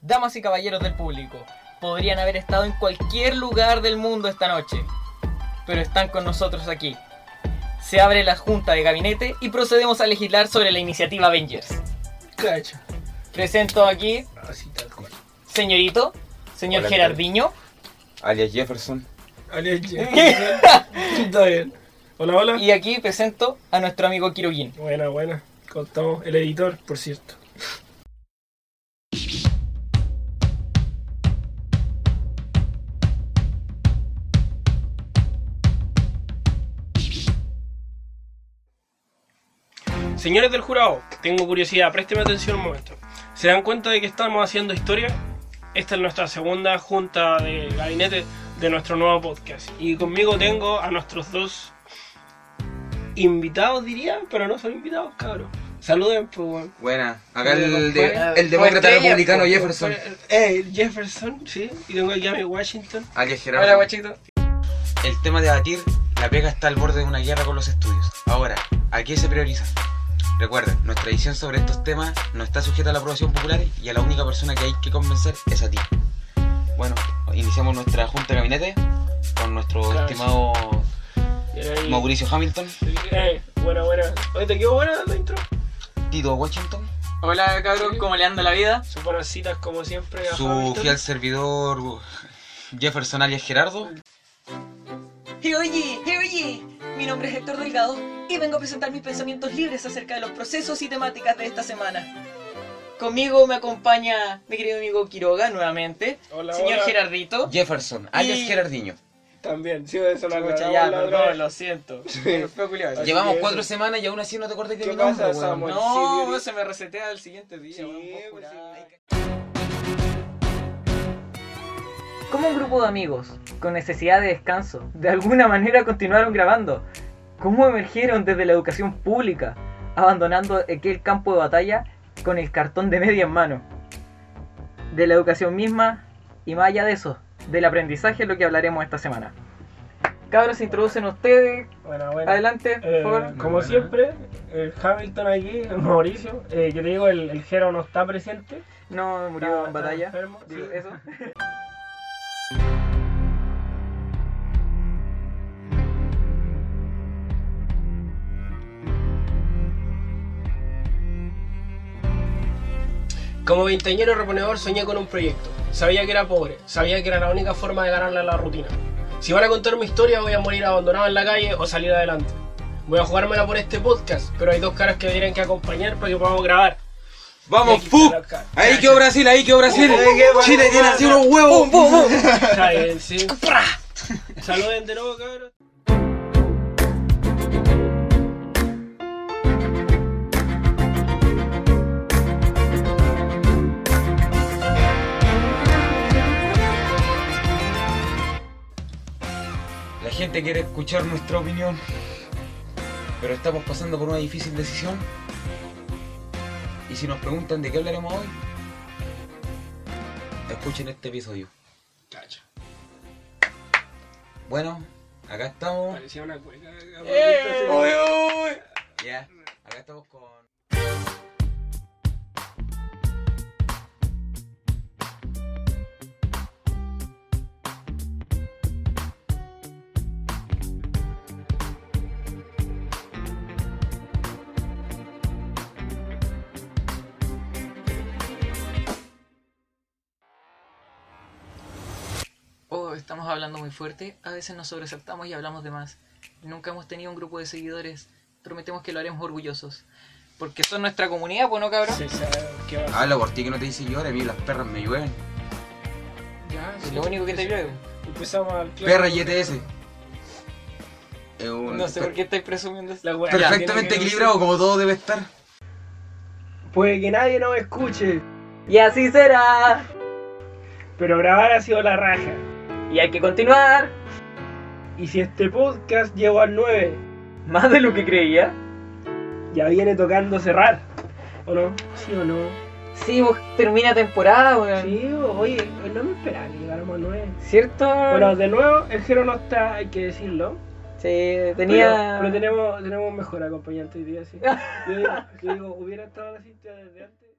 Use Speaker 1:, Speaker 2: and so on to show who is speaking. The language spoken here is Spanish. Speaker 1: damas y caballeros del público, podrían haber estado en cualquier lugar del mundo esta noche, pero están con nosotros aquí. Se abre la junta de gabinete y procedemos a legislar sobre la iniciativa Avengers.
Speaker 2: Cacha.
Speaker 1: Presento aquí,
Speaker 2: Así tal cual.
Speaker 1: señorito, señor
Speaker 3: Hola, ¿qué tal?
Speaker 1: Gerardiño.
Speaker 3: alias Jefferson.
Speaker 2: Alias Jefferson. Está bien. Hola, hola.
Speaker 1: Y aquí presento a nuestro amigo Kiroguín.
Speaker 2: Buena, buena. Contamos. El editor, por cierto. Señores del jurado, tengo curiosidad, présteme atención un momento. ¿Se dan cuenta de que estamos haciendo historia? Esta es nuestra segunda junta de gabinete de nuestro nuevo podcast. Y conmigo tengo a nuestros dos invitados, diría, pero no son invitados, cabros. Saluden, pues, weón.
Speaker 3: Buena, acá
Speaker 2: Hola,
Speaker 3: el, de-
Speaker 2: compadre.
Speaker 3: el demócrata
Speaker 4: Portella,
Speaker 3: republicano
Speaker 4: po,
Speaker 3: Jefferson.
Speaker 2: Eh, Jefferson, sí. Y tengo aquí a mi Washington.
Speaker 3: Alias
Speaker 4: Hola,
Speaker 3: Gerardo.
Speaker 4: guachito.
Speaker 3: El tema de debatir, la pega está al borde de una guerra con los estudios. Ahora, ¿a qué se prioriza? Recuerden, nuestra edición sobre estos temas no está sujeta a la aprobación popular y a la única persona que hay que convencer es a ti. Bueno, iniciamos nuestra junta de gabinete con nuestro
Speaker 2: Claro,
Speaker 3: estimado
Speaker 2: Y ahí-
Speaker 3: Mauricio Hamilton,
Speaker 2: Eh, buena, buena. Oye, ¿te quedó buena la intro?
Speaker 3: Tito Washington,
Speaker 1: Hola cabrón, ¿cómo le anda la vida?
Speaker 2: Sus buenas citas, como siempre. a
Speaker 3: su
Speaker 2: Hamilton.
Speaker 3: fiel servidor Jefferson alias Gerardo.
Speaker 5: Y oye, y oye, mi nombre es Héctor Delgado y vengo a presentar mis pensamientos libres acerca de los procesos y temáticas de esta semana.
Speaker 1: Conmigo me acompaña mi querido amigo Quiroga nuevamente,
Speaker 2: Hola,
Speaker 1: señor
Speaker 2: hola.
Speaker 1: Gerardito.
Speaker 3: Jefferson alias
Speaker 1: Y-
Speaker 3: Gerardiño.
Speaker 2: También, sí, eso la
Speaker 1: Escucha,
Speaker 2: la-
Speaker 1: ya,
Speaker 2: la-
Speaker 1: perdón,
Speaker 2: la-
Speaker 1: lo siento.
Speaker 2: Sí.
Speaker 1: Fue culiado.
Speaker 2: Así
Speaker 3: Llevamos
Speaker 2: que
Speaker 3: cuatro
Speaker 2: eso.
Speaker 3: semanas y aún así no te acuerdas de
Speaker 2: ¿Qué
Speaker 3: mi
Speaker 2: pasa,
Speaker 3: nombre, weón.
Speaker 2: Samuel?
Speaker 1: No,
Speaker 2: Sí,
Speaker 1: se me resetea al siguiente día.
Speaker 2: Sí,
Speaker 1: weón, vos
Speaker 2: pues,
Speaker 1: curá.
Speaker 2: sí.
Speaker 1: Como un grupo de amigos, con necesidad de descanso, de alguna manera continuaron grabando. ¿Cómo emergieron desde la educación pública, abandonando aquel campo de batalla con el cartón de media en mano? De la educación misma y más allá de eso, del aprendizaje es lo que hablaremos esta semana. Cabros, se introducen ustedes.
Speaker 2: Buena, buena.
Speaker 1: Adelante,
Speaker 2: Eh,
Speaker 1: por favor.
Speaker 2: como siempre, el Hamilton aquí, el Mauricio, eh, que te digo, el, el Jero no está presente.
Speaker 1: No, murió
Speaker 2: Está-
Speaker 1: en
Speaker 2: está
Speaker 1: batalla.
Speaker 2: enfermo,
Speaker 1: Digo,
Speaker 2: sí.
Speaker 1: eso.
Speaker 2: Como veinteañero reponedor soñé con un proyecto. Sabía que era pobre, sabía que era la única forma de ganarle a la rutina. Si van a contar mi historia voy a morir abandonado en la calle o salir adelante. Voy a jugármela por este podcast, pero hay dos caras que me tienen que acompañar para que podamos grabar.
Speaker 3: Vamos,
Speaker 2: Aquí está
Speaker 3: fu.
Speaker 2: la cara.
Speaker 3: Ahí quedó Brasil, ahí quedó Brasil. Chile tiene así unos huevos.
Speaker 2: Está bien, sí. Saluden de nuevo, cabrón.
Speaker 3: La gente quiere escuchar nuestra opinión, pero estamos pasando por una difícil decisión. Y si nos preguntan de qué hablaremos hoy, escuchen este episodio.
Speaker 2: Cacha,
Speaker 3: Bueno, acá estamos.
Speaker 2: parecía una cueca. cabrón.
Speaker 1: ¡Eh!
Speaker 3: Ya, acá estamos con.
Speaker 5: Oh, estamos hablando muy fuerte, a veces nos sobresaltamos y hablamos de más. Nunca hemos tenido un grupo de seguidores, prometemos que lo haremos orgullosos.
Speaker 1: Porque son nuestra comunidad, pues no, cabrón.
Speaker 2: Sí, sabe, qué va.
Speaker 3: Habla por ti que no te dice llorar, a mí las perras me llueven.
Speaker 2: Ya,
Speaker 1: Es
Speaker 2: sí.
Speaker 1: lo único que te llueve.
Speaker 2: Empezamos al
Speaker 3: Perra YTS. Es un-
Speaker 1: No sé por qué estáis presumiendo eso.
Speaker 2: La wea.
Speaker 3: Perfectamente equilibrado, como todo debe estar.
Speaker 2: Puede que nadie nos escuche,
Speaker 1: Y así será.
Speaker 2: pero grabar ha sido la raja.
Speaker 1: Y hay que continuar.
Speaker 2: Y si este podcast llegó al 9,
Speaker 1: Más de lo que creía.
Speaker 2: ya viene tocando cerrar. ¿O no? ¿Sí o no?
Speaker 1: Sí, vos termina temporada, weón.
Speaker 2: Sí, oye, no me esperaba que llegáramos al 9.
Speaker 1: ¿Cierto?
Speaker 2: Bueno, de nuevo, el Jero no está, hay que decirlo.
Speaker 1: sí, tenía.
Speaker 2: Pero, pero tenemos, tenemos un mejor acompañante hoy día, sí. Yo digo, yo digo, hubiera estado la Cintia desde antes.